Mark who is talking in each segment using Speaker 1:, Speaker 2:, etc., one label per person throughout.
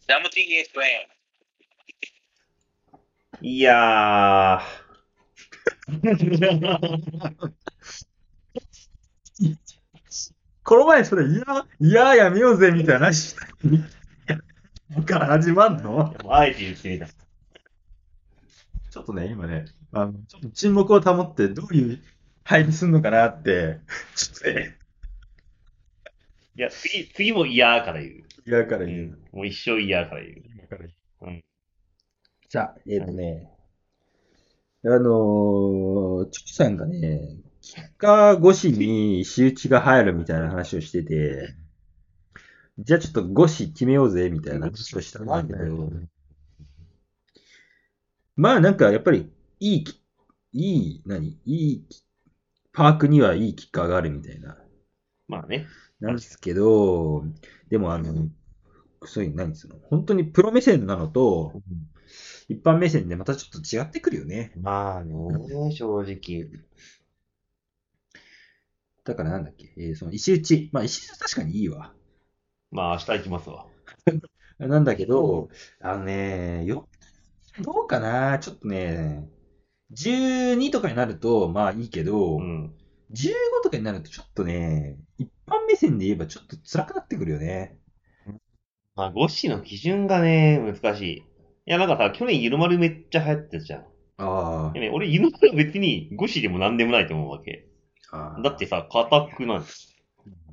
Speaker 1: Estamos siguiendo, eh.
Speaker 2: いやー、
Speaker 3: この前それ、いや、いや、やめようぜ、みたいな話したのに。から始まんの
Speaker 2: あえて言ってみた。
Speaker 3: ちょっとね、今ね、あの、ちょっと沈黙を保って、どういう配にすんのかなって、ちょっとね、
Speaker 2: いや、次、次も嫌から言
Speaker 3: 嫌から
Speaker 2: う。う
Speaker 3: 言う。
Speaker 2: ん。もう一生嫌から言う。うん
Speaker 3: じゃあ、えっ、とね、あのー、チキさんがね、キッカー越しに仕打ちが入るみたいな話をしてて、じゃあちょっと越し決めようぜ、みたいな話をしたんだけど、まあなんかやっぱり、いいき、いい、何いいき、パークにはいいキッカーがあるみたいな、
Speaker 2: まあね。
Speaker 3: なんですけど、でもあの、そういう、何その、本当にプロ目線なのと、一般目線でまたちょっと違ってくるよね。
Speaker 2: まあね、正直。
Speaker 3: だからなんだっけ、えーその石打ち。まあ石打ちは確かにいいわ。
Speaker 2: まあ明日行きますわ。
Speaker 3: なんだけど、あのね、よ、どうかなちょっとね、12とかになると、まあいいけど、
Speaker 2: うん。
Speaker 3: 15とかになるとちょっとね、一般目線で言えばちょっと辛くなってくるよね。
Speaker 2: まあ、ゴッシーの基準がね、難しい。いや、なんかさ、去年ゆるまるめっちゃ流行ってたじゃん。
Speaker 3: あ
Speaker 2: いやね、俺、ゆるまるは別にゴッシーでも何でもないと思うわけ。
Speaker 3: あ、ああ
Speaker 2: だって、さ、硬くなん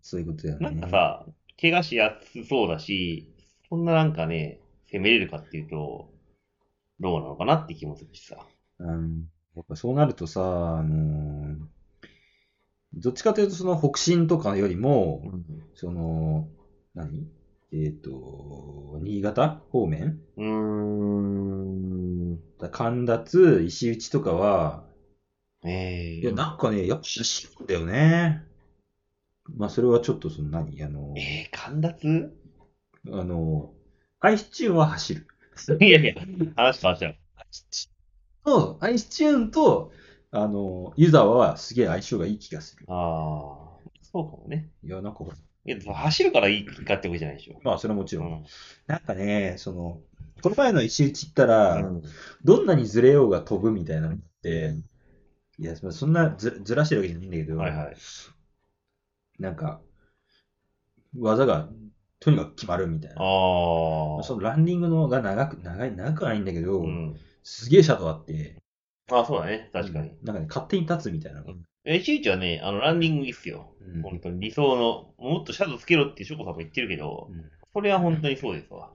Speaker 3: そういうことだよね。
Speaker 2: なんかさ、怪我しやすそうだし、そんななんかね、攻めれるかっていうと、どうなのかなって気もするしさ。
Speaker 3: うん、やっぱそうなるとさ、あのーどっちかというとその北進とかよりも、その、何えっ、と、新潟方面
Speaker 2: うーん。
Speaker 3: だ神立、石打ちとかは、
Speaker 2: ええ
Speaker 3: いや、なんかね、やっぱ写真だよね。まあ、それはちょっとその何あの、
Speaker 2: えー、神立
Speaker 3: あの、アイスチューンは走る。
Speaker 2: いやいや、話変わっちゃう。
Speaker 3: そう、アイスチューンと、あの、湯沢はすげえ相性がいい気がする。
Speaker 2: ああ、そうかもね。
Speaker 3: いや、なんかほら、
Speaker 2: いや、走るからいいかってわけじゃないでしょ。
Speaker 3: まあ、それはもち
Speaker 2: う
Speaker 3: ろん。
Speaker 2: ん。
Speaker 3: なんかね、その、この前の石打ち行ったら、どんなにずれようが飛ぶみたいなのって、いや、そんなずずらしてるわけじゃないんだけ
Speaker 2: う
Speaker 3: ど、
Speaker 2: ん。はいはい。
Speaker 3: なんか、技がとにかく決まるみたいな。
Speaker 2: ああ。
Speaker 3: そのランディングのが長く、長い、長くはないんだけど、
Speaker 2: うん。
Speaker 3: すげえシャドウあって、
Speaker 2: ああ、そうだね。確かに。
Speaker 3: なんかね、勝手に立つみたいな。
Speaker 2: え、ちいちはね、あの、ランディングいいっすよ。
Speaker 3: うん
Speaker 2: 本当に理想の、もっとシャドウつけろってショコさんも言ってるけど、
Speaker 3: うん
Speaker 2: それは本当にそうですわ。だか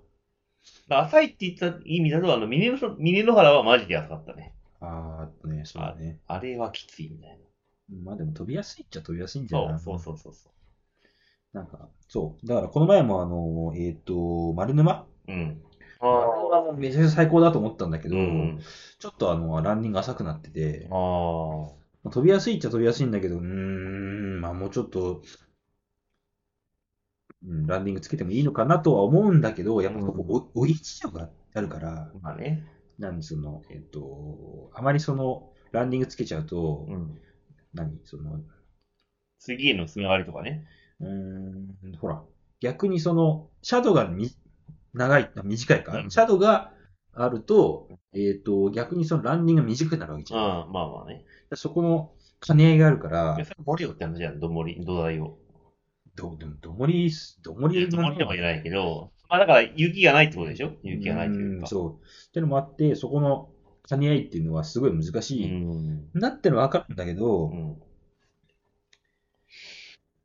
Speaker 2: ら浅いって言った意味だと、あの、ミネロミネロハラはマジで安かったね。
Speaker 3: あーあとね、そうだね。
Speaker 2: あれはきついみたいな。
Speaker 3: まあでも飛びやすいっちゃ飛びやすいんじゃ
Speaker 2: そ
Speaker 3: な
Speaker 2: う
Speaker 3: い
Speaker 2: そうそうそうそ
Speaker 3: なんか、そう。だからこの前もあの、えっ、と、丸沼
Speaker 2: う。うん。
Speaker 3: 丸沼もめちゃくちゃ最高だと思ったんだけ
Speaker 2: う
Speaker 3: ど、
Speaker 2: ん。
Speaker 3: ちょっとあの、ランディング浅くなってて
Speaker 2: あ、あ。
Speaker 3: まあ飛びやすいっちゃ飛びやすいんだけど、うーん、まあもうちょっと、うん、ランディングつけてもいいのかなとは思うんだけど、やっぱここ、お、おい事情があるから、
Speaker 2: まあね。
Speaker 3: なんでその、えっと、あまりその、ランディングつけちゃうと、
Speaker 2: うん。
Speaker 3: 何その、
Speaker 2: 次へのつながりとかね。
Speaker 3: うーん、ほら、逆にその、シャドウがみ、長い、あ短いか、
Speaker 2: うん
Speaker 3: シャドウがあると、えっ、と、逆にそのランディングが短くなるわけじ
Speaker 2: うん。
Speaker 3: ゃん。
Speaker 2: まあまあね。
Speaker 3: そこの兼ね合いがあるから
Speaker 2: いや、それボリオって話じゃん、どもり、土台を。
Speaker 3: ど、でも、どもりす、どもり
Speaker 2: どもりとか言えないけど、まあだから、雪がないってことでしょ雪がないという
Speaker 3: うん
Speaker 2: か。
Speaker 3: そう。ってのもあって、そこの兼ね合いっていうのはすごい難
Speaker 2: う
Speaker 3: しい
Speaker 2: ん。
Speaker 3: なってのは分かるんだけど、
Speaker 2: うん。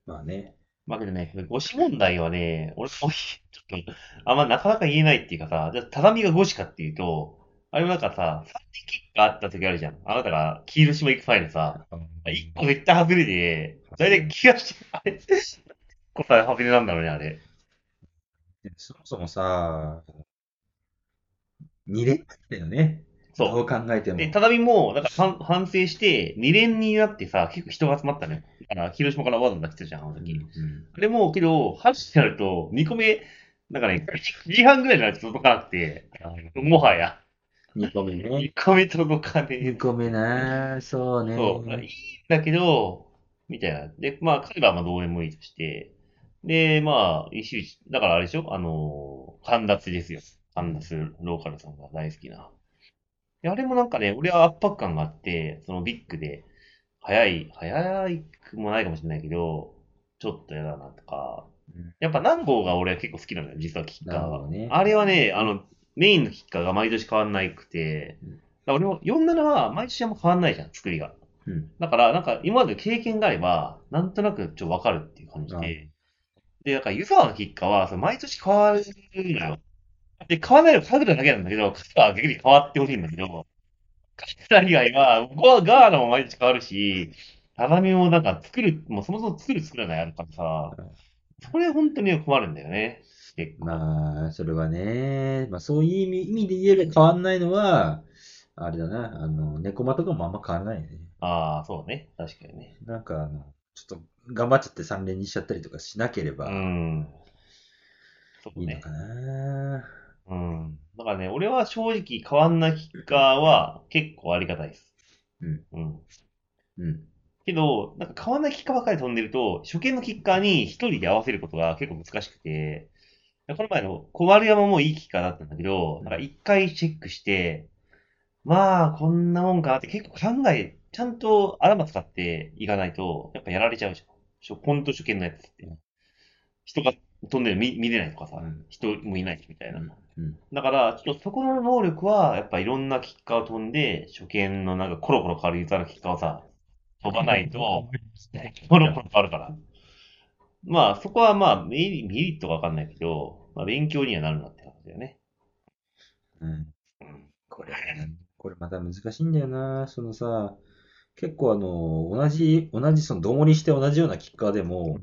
Speaker 3: まあね。
Speaker 2: まあけどね、ゴシ問題はね、俺もちょっと、あんまなかなか言えないっていうかさ、じゃあ畳がゴシかっていうと、あれもなんかさ、サーティキックがあった時あるじゃん。あなたが黄色島行く際のさ、一個絶対外れで、だいたい気がして、あれ、一個さ、外れなんだろうね、あれ。
Speaker 3: そもそもさ、2連敗だよね。ど
Speaker 2: そう
Speaker 3: 考えて
Speaker 2: う。
Speaker 3: も。
Speaker 2: で、畳も、なんか反反省して、二連になってさ、結構人が集まったね。だから、広島からわざわざ来てたじゃん、あの
Speaker 3: うん
Speaker 2: 時。でも、けど、8時になると、2個目、なんかね、9時半ぐらいになると届かなくて、もはや。
Speaker 3: うん、2個目ね。
Speaker 2: 2個目届かねえ
Speaker 3: 2。個目なそうね。
Speaker 2: そう。いいんだけど、みたいな。で、まあ、彼らはまあどうでもいいとして、で、まあ、石内、だからあれでしょあのー、神田津ですよ。神田津ローカルさんが大好きな。で、あれもなんかね、俺は圧迫感があって、そのビッグで、早い、早いくもないかもしれないけど、ちょっとやだなとか
Speaker 3: うん。
Speaker 2: やっぱ南郷が俺は結構好きなんだよ、実はキッカー
Speaker 3: なるほ
Speaker 2: は。
Speaker 3: どね。
Speaker 2: あれはね、あの、メインのキッカーが毎年変わんないくて
Speaker 3: うん、
Speaker 2: だから俺も47は毎年あんま変わんないじゃん、作りが。
Speaker 3: うん
Speaker 2: だから、なんか今まで経験があれば、なんとなくちょっとわかるっていう感じ
Speaker 3: うん
Speaker 2: で、で、なんか湯沢のキッカーは、その毎年変わるのよ。で、変わらないの角田だけなんだけど、角田は逆に変わってほしいんだけど、角田以外は、僕はガーナも毎年変わるし、畳もなんか作る、もうそもそも作る作らないあるからさ
Speaker 3: うん、
Speaker 2: それ本当に困るんだよね。結構。
Speaker 3: まあ、それはね、まあそういう意味意味で言えば変わんないのは、あれだな、あの、猫間とかもあんま変わんないよね。
Speaker 2: ああ、そうね。確かにね。
Speaker 3: なんかあの、ちょっと頑張っちゃって3連にしちゃったりとかしなけれ
Speaker 2: う
Speaker 3: ば
Speaker 2: ん。そう
Speaker 3: いい
Speaker 2: ね
Speaker 3: の。かな。
Speaker 2: うん。だからね、俺は正直変わんないキッカーは結構ありがたいです。
Speaker 3: うん。
Speaker 2: うん。
Speaker 3: うん。
Speaker 2: けど、なんか変わんないキッカーばっかり飛んでると、初見のキッカーに一人で合わせることが結構難しくて、この前の小丸山もいいキッカーだったんだけど、なんか一回チェックして、まあ、こんなもんかなって結構考え、ちゃんと頭使っていかないと、やっぱやられちゃうじゃん。初ほんと初見のやつって。人が飛んでるの見見れないとかさ、
Speaker 3: うん
Speaker 2: 人もいないしみたいな。
Speaker 3: うん。
Speaker 2: だから、ちょっとそこの能力は、やっぱいろんなキッカーを飛んで、初見のなんかコロコロ変わるユーザーのキッカーをさ、飛ばないと、コロコロ変わるから。まあ、そこはまあ、メリメリットがわかんないけど、まあ、勉強にはなるなって感じだよね。
Speaker 3: うん。これ、これまた難しいんだよな。そのさ、結構あの、同じ、同じ、その、どもりして同じようなキッカーでも、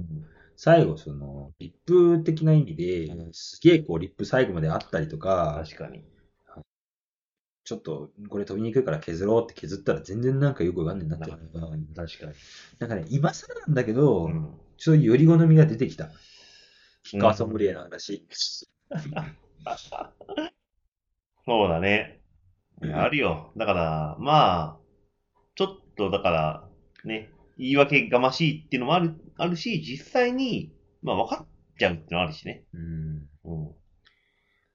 Speaker 3: 最後、その、リップ的な意味で、すげえこう、リップ最後まであったりとか、
Speaker 2: 確かに。
Speaker 3: ちょっと、これ飛びにくいから削ろうって削ったら全然なんかよくわかんねえなっちゃうから。
Speaker 2: 確かに。
Speaker 3: なんかね、今更なんだけど、
Speaker 2: うん。
Speaker 3: ちょっとより好みが出てきた。キッカーソムリエの話。
Speaker 2: そうだね。いやあるよ。だから、まあ、ちょっと、だから、ね、言い訳がましいっていうのもある、あるし、実際に、まあ、分かっちゃうっていうのもあるしね。
Speaker 3: うん
Speaker 2: うん。
Speaker 3: ま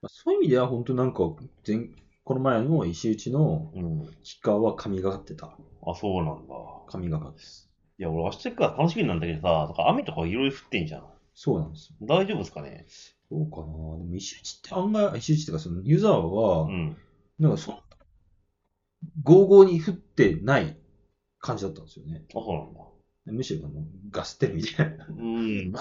Speaker 3: あそういう意味では本当なんか前、この前の石打ちの
Speaker 2: うん。
Speaker 3: キッカーは神がかってた。
Speaker 2: あ、そうなんだ。
Speaker 3: 神がかってた。
Speaker 2: いや、俺明日から楽しみなんだけどさ、とか雨とかいろいろ降ってんじゃん。
Speaker 3: そうなんですよ。
Speaker 2: 大丈夫ですかね
Speaker 3: そうかな。でも石打ちって案外、石打ちっていうかそのユーザー
Speaker 2: う
Speaker 3: は、
Speaker 2: ん。
Speaker 3: なんかそんな、ゴーゴーに降ってない感じだったんですよね
Speaker 2: あ、。そうなんだ。
Speaker 3: むしろあのガスってるみたいな。
Speaker 2: うん。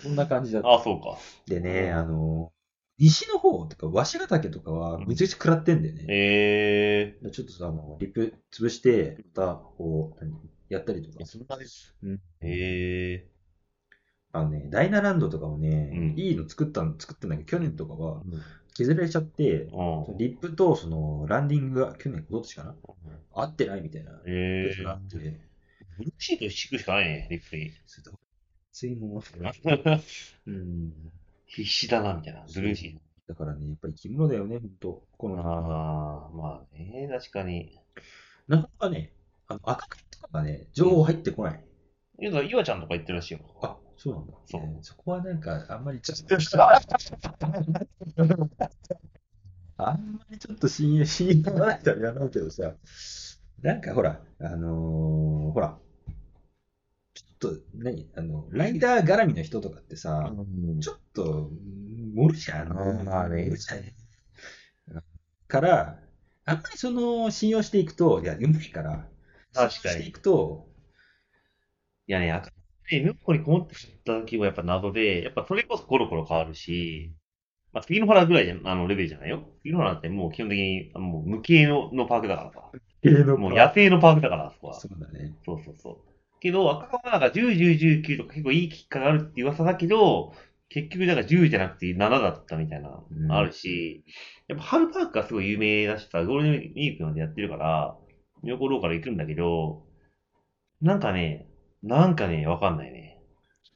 Speaker 3: そん な感じだった。
Speaker 2: あ、そうか。
Speaker 3: でね、あの、西の方とか、鷲ヶ岳とかは、めちゃくちゃ食らってんだよね。
Speaker 2: え
Speaker 3: ちょっとさ、あの、リップ潰して、また、こう、何やったりとか
Speaker 2: ー。。そんなです
Speaker 3: うん。
Speaker 2: え
Speaker 3: あのね、ダイナランドとかもね、
Speaker 2: うん
Speaker 3: いいの作ったの、作ってんだけど、去年とかは
Speaker 2: ー。うん。
Speaker 3: 削られちゃって、
Speaker 2: うん
Speaker 3: リップとその、ランディングが去年、今年かな合ってないみたいな。
Speaker 2: え
Speaker 3: があっ
Speaker 2: ー。
Speaker 3: て、
Speaker 2: ブルーシート敷くしかないね、リップに。
Speaker 3: それとついもん。うん。
Speaker 2: 必死だな、みたいな。ブルーシ
Speaker 3: だからね、やっぱり生き物だよね、ほんと。こ
Speaker 2: ート。
Speaker 3: の、
Speaker 2: ああ、まあね、確かに。
Speaker 3: なかなかね、あの赤くとかがね、情報入ってこない。
Speaker 2: いや、岩ちゃんとか言ってるらしいよ。
Speaker 3: あ、そうなんだ。
Speaker 2: そう
Speaker 3: えーそこはなんか、あんまりちょっと、あんまりちょっと信用、信用がないとは言わないけどさ、なんかほら、あのーほら、ちょっと、何、あの、ライター絡みの人とかってさ、ちょっと、盛るじゃん。
Speaker 2: うんまあね
Speaker 3: 盛るじゃんから、あんまりその、信用していくと、いや、うまいから、
Speaker 2: 確
Speaker 3: 信
Speaker 2: かに
Speaker 3: 用していくと、
Speaker 2: いやね、赤ね、ムッコにこもってた時もやっぱ謎で、やっぱそれこそコロコロ変わるし、まあ、スピノハラぐらいじゃ、あの、レベルじゃないよ。スピノハラってもう基本的に、あもう無形ののパークだからさ。もう野生のパークだから、あそこは。そ
Speaker 3: そうだね。
Speaker 2: うそうそう。けど、赤川なんか10、10、19とか結構いいキッカーがあるって噂だけど、結局なんか10じゃなくて7だったみたいな、
Speaker 3: うん
Speaker 2: あるし、やっぱ春パークがすごい有名だしさ、ゴールデンウィークまでやってるから、横ローから行くんだけど、なんかね、なんかね、わかんないね。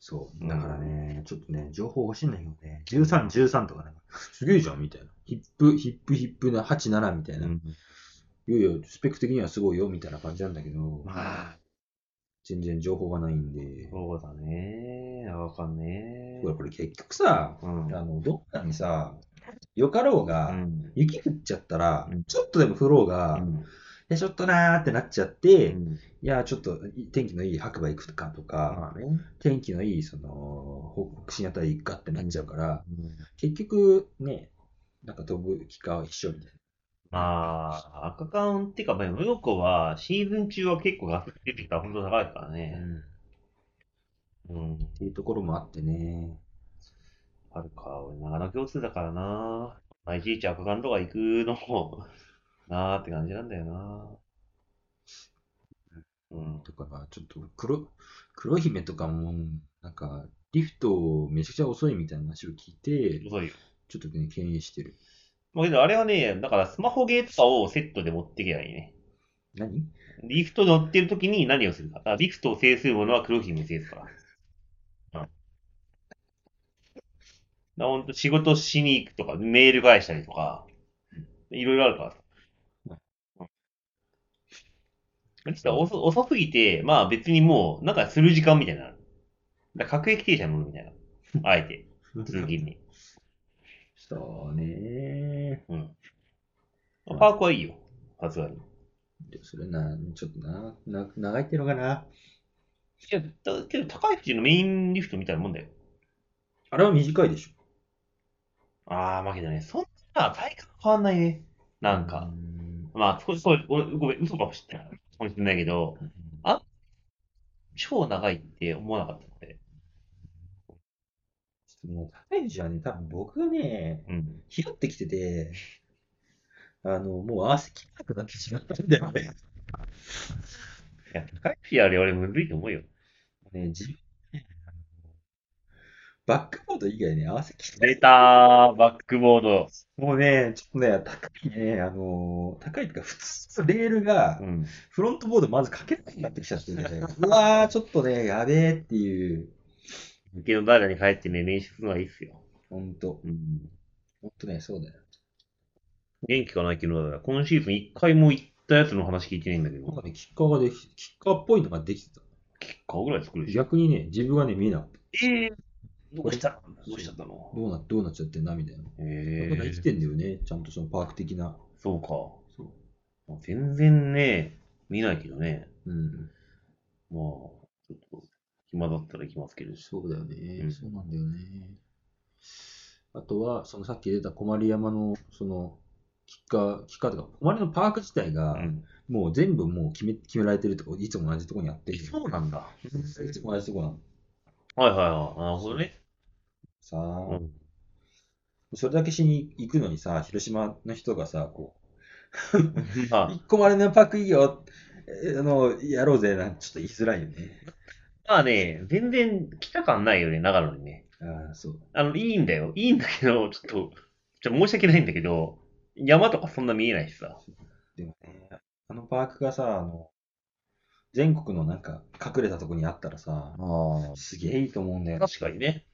Speaker 3: そう。だからね、ちょっとね、情報欲しいんだけどね、13、13とかね、すげえじゃん、みたいな。ヒップ、ヒップ、ヒップな8、7みたいな。いやいや、スペック的にはすごいよ、みたいな感じなんだけど、
Speaker 2: まあ、
Speaker 3: 全然情報がないんで、
Speaker 2: そうだね。わかんね
Speaker 3: ほらこれ結局さ、
Speaker 2: う
Speaker 3: あ
Speaker 2: ん。
Speaker 3: の、どっかにさ、よかろう
Speaker 2: う
Speaker 3: が、
Speaker 2: ん。
Speaker 3: 雪降っちゃったら
Speaker 2: うん、
Speaker 3: ちょっとでも降ろう
Speaker 2: う
Speaker 3: が、い
Speaker 2: ん
Speaker 3: や、ちょっとなーってなっちゃっ
Speaker 2: う
Speaker 3: て、い
Speaker 2: ん。
Speaker 3: や、ちょっと天気のいい白馬行くかとか、
Speaker 2: まあね。
Speaker 3: 天気のいい、その、北信あたり行くかってなっちゃうから、
Speaker 2: うん
Speaker 3: 結局、ね、なんか飛ぶ機会は一緒みたい
Speaker 2: まあ、赤缶っていうか、まあ、ムロコはシーズン中は結構ガス出てきたら本当高いから
Speaker 3: な。
Speaker 2: ね。
Speaker 3: っ
Speaker 2: うん。
Speaker 3: ていうところもあってね。
Speaker 2: あるか、俺長野共通だからな。まあ、いちいち赤缶とか行くのも、 なーって感じなんだよな。うん。
Speaker 3: だから、ちょっと黒、黒姫とかも、なんか、リフトめちゃくちゃ遅いみたいな話を聞いて、
Speaker 2: 遅いよ。
Speaker 3: ちょっとね、敬遠してる。
Speaker 2: まあ、けどあれはね、だからスマホゲーとかをセットで持ってけばいいね。
Speaker 3: 何
Speaker 2: リフト乗ってる時に何をするか。あリフトを制するものは黒姫を制すから。うん。だからほんと仕事しに行くとか、メール返したりとか、いろいろあるからさ。うん。実は遅遅すぎて、まあ別にもう、なんかする時間みたいなのある。だから各駅停車乗るみたいな。あえて、通勤に。
Speaker 3: そうね
Speaker 2: うん。パークはいいよ。さすがに。
Speaker 3: でもそれな、ちょっとな、な、長いってのかな。
Speaker 2: いや、だけど高いっていうのメインリフトみたいなもんだよ。
Speaker 3: あれは短いでしょ。
Speaker 2: ああ、負けだね。そんな、体感変わんないね。なんか。
Speaker 3: うん
Speaker 2: まあ、少し、そう、俺、ごめん、嘘かもしれない。かもしれないけど、超長いって思わなかったので。
Speaker 3: もう、高いじゃんね、多分僕がね、
Speaker 2: うん。
Speaker 3: ひよってきてて、あの、もう合わせきれなくなってしまったんだよね。
Speaker 2: いや、高いフィアル俺むずいと思うよ。
Speaker 3: ね、自分、バックボード以外ね、合わせきれない
Speaker 2: 出たー、バックボード。
Speaker 3: もうね、ちょっとね、高いね、あのー高いっていうか、普通のレールが
Speaker 2: う、ん。
Speaker 3: フロントボードまずかけなくなってきちゃってね、 うわー、ちょっとね、やべえっていう、
Speaker 2: 受けのダーラに帰ってね、練習するのはいいっすよ。
Speaker 3: ほんと、
Speaker 2: うん。
Speaker 3: ほんとね、そうだよ。
Speaker 2: 元気かな、昨日だ。今シーズン一回も行ったやつの話聞いてないんだけ
Speaker 3: なんか
Speaker 2: ど、
Speaker 3: ね、キッカーができ、キッカーっぽいのができてた。
Speaker 2: キッカーぐらい作るでしょ。
Speaker 3: 逆にね、自分がね、見えなかった。
Speaker 2: ええー、どうしたどうしちゃったの
Speaker 3: どうな、どうなっちゃってんな、みたいな。
Speaker 2: え
Speaker 3: だから生きてんだよね、ちゃんとそのパーク的な。
Speaker 2: そうか。
Speaker 3: そ
Speaker 2: 全然ね、見ないけどね。
Speaker 3: う。うん。
Speaker 2: まあ、ちょっと、暇だったら行きますけど。
Speaker 3: そうだよね、
Speaker 2: うん
Speaker 3: そうなんだよね。あとは、そのさっき出た小り山の、その、キッカー、キッカーとか、小りのパーク自体が、
Speaker 2: うん。
Speaker 3: もう全部もう決め決められてるとこ、いつも同じとこにあって、
Speaker 2: えそうなんだ。は
Speaker 3: うんいつも同じとこなの。
Speaker 2: いはいはい。なるほどね。
Speaker 3: さあ、
Speaker 2: うん。
Speaker 3: それだけしに行くのにさ、広島の人がさ、こう、
Speaker 2: まあ、
Speaker 3: 一個丸のパックいいよ、えーあの、やろうぜ、なんてちょっと言いづらいよね。
Speaker 2: まあね、全然来た感ないよね、長野にね。
Speaker 3: ああ、そう。
Speaker 2: あの、いいんだよ。いいんだけど、ちょっと、ちょっと申し訳ないんだけど、山とかそんな見えないしさ。
Speaker 3: でもね、あのパークがさ、あの、全国のなんか隠れたとこにあったらさ、すげえいいと思うんだよね。
Speaker 2: 確かにね。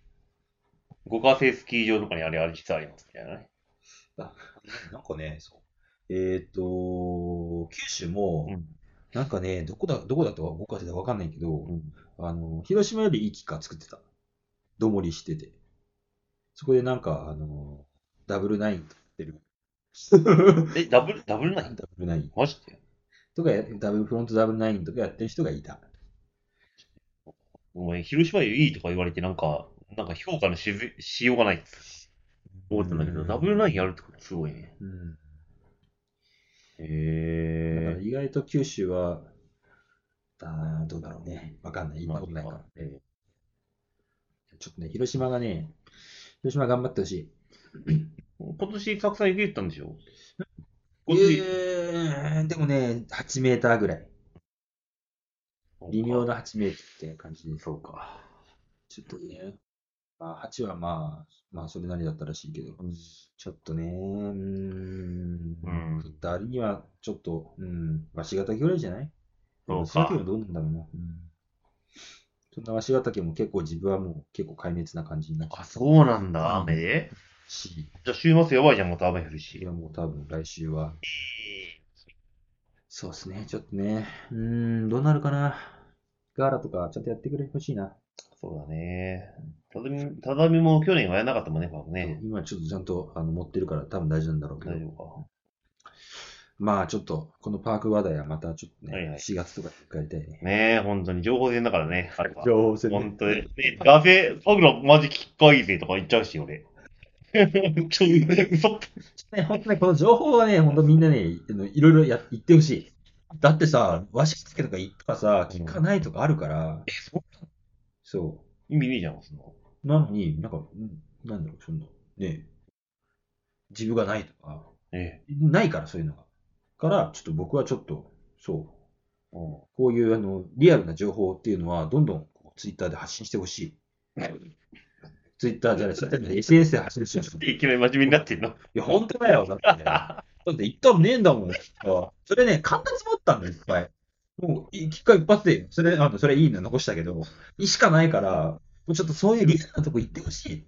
Speaker 2: 五ヶ瀬スキー場とかにあれ、あれ実はありますみたいなね。
Speaker 3: なんかね、そう。えっ、と、九州も、
Speaker 2: うん
Speaker 3: なんかね、どこだ、どこだとは動かせたかわかんないけど、
Speaker 2: うん。
Speaker 3: あの、広島よりいいキッカー作ってた。どもりしてて。そこでなんか、あの、ダブルナインとかやってる。
Speaker 2: え、ダブル、ダブルナイン
Speaker 3: ダブルナイン
Speaker 2: マジで
Speaker 3: とかや、ダブルフロントダブルナインとかやってる人がいた。
Speaker 2: お前、広島よりいいとか言われて、なんか、なんか評価のしずしようがないっつ思ったんだけど、
Speaker 3: うん
Speaker 2: ダブルナインやるってことすごいね。
Speaker 3: うん。だから
Speaker 2: へ
Speaker 3: 意外と九州は、だなどうだろうね。わかんない。今ことないから。ちょっとね、広島がね、広島頑張ってほしい。
Speaker 2: 今年たくさん行けてたんでしょ今年、
Speaker 3: えー、でもね、8メーターぐらい。微妙な8メーターって感じです。
Speaker 2: そうか。
Speaker 3: ちょっとね、まあ、8はまあ、まあ、それなりだったらしいけど、
Speaker 2: うん
Speaker 3: ちょっとね、うーん
Speaker 2: うん、
Speaker 3: ちょっとあれには、ちょっと、うん、わしがたけぐらいじゃない
Speaker 2: そうか
Speaker 3: わしがたけはどうなんだろうな。うん、そんなわしがたけも結構自分はもう結構壊滅な感じになっちゃ
Speaker 2: あ、
Speaker 3: う
Speaker 2: そうなんだ、雨で。
Speaker 3: し、
Speaker 2: じゃあ週末やばいじゃん、また雨降る
Speaker 3: い
Speaker 2: し。
Speaker 3: やもう多分来週は、そうですね、ちょっとね、うーん、どうなるかな。ガーラとかちゃんとやってくれてほしいな。
Speaker 2: そうだね。ただみ、ただみも去年はやらなかったもんね、パブね。
Speaker 3: 今ちょっとちゃんとあの持ってるから多分大事なんだろうけど
Speaker 2: 大。丈夫か。
Speaker 3: まあちょっと、このパーク話題はまたちょっとね、
Speaker 2: はいはい
Speaker 3: 4月とかにやりたいね。
Speaker 2: ねえ、本当に情報戦だからね、あれは。
Speaker 3: 情報戦ね
Speaker 2: 本当に。ね、ガフェ、僕らマジきっこいいぜとか言っちゃうし、俺。ちょ、嘘っ
Speaker 3: ね、本当ね、この情報はね、本当みんなね、いあのいろいろや言ってほしい。だってさ、わしつけとか言とかさ、聞かないとかあるから、
Speaker 2: そ
Speaker 3: そ
Speaker 2: 意味ねえじゃん、その。
Speaker 3: う。なのに、なんか、うんなんだろう、そんな、ね、自分がないとか、
Speaker 2: ええ。
Speaker 3: ないからそういうのが。から、ちょっと僕はちょっと、そう、
Speaker 2: うん
Speaker 3: こういうあのリアルな情報っていうのは、どんどんツイッターで発信してほしい。ツイッターじゃ ない、Twitter じゃない SNS で発信してほしい。
Speaker 2: いきなり真面目になってんの。
Speaker 3: いや、本当だよ。だってね、だって行ったのねえんだもん。それね、簡単に積もったんだよ、いっぱい。もう、一回一発で、それ、あの、それいいの残したけど、いしかないから、もうちょっとそういうリアルなとこ行ってほしい。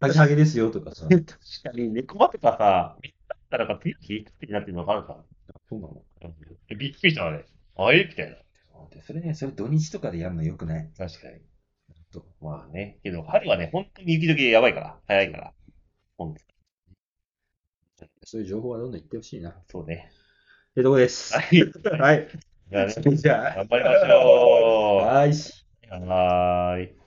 Speaker 3: ハゲハゲですよとかさ。
Speaker 2: 確かに、猫バとかさ、みんなだったらなんか、ピッキーってなってるのがあるか
Speaker 3: そうなの
Speaker 2: ら。うんびっくりした、あれ。あれみたいな。
Speaker 3: でそれね、それ土日とかでやるのよくない。
Speaker 2: 確かに。
Speaker 3: と
Speaker 2: まあね。けど、春はね、本当に雪解けやばいから。早いから。
Speaker 3: そういう情報はどんどん行ってほしいな。っ
Speaker 2: そうね。
Speaker 3: てとこです。
Speaker 2: はい。
Speaker 3: はい。
Speaker 2: じゃあね、
Speaker 3: じゃあ、
Speaker 2: 頑張りましょ
Speaker 3: はい。
Speaker 2: う。はーい。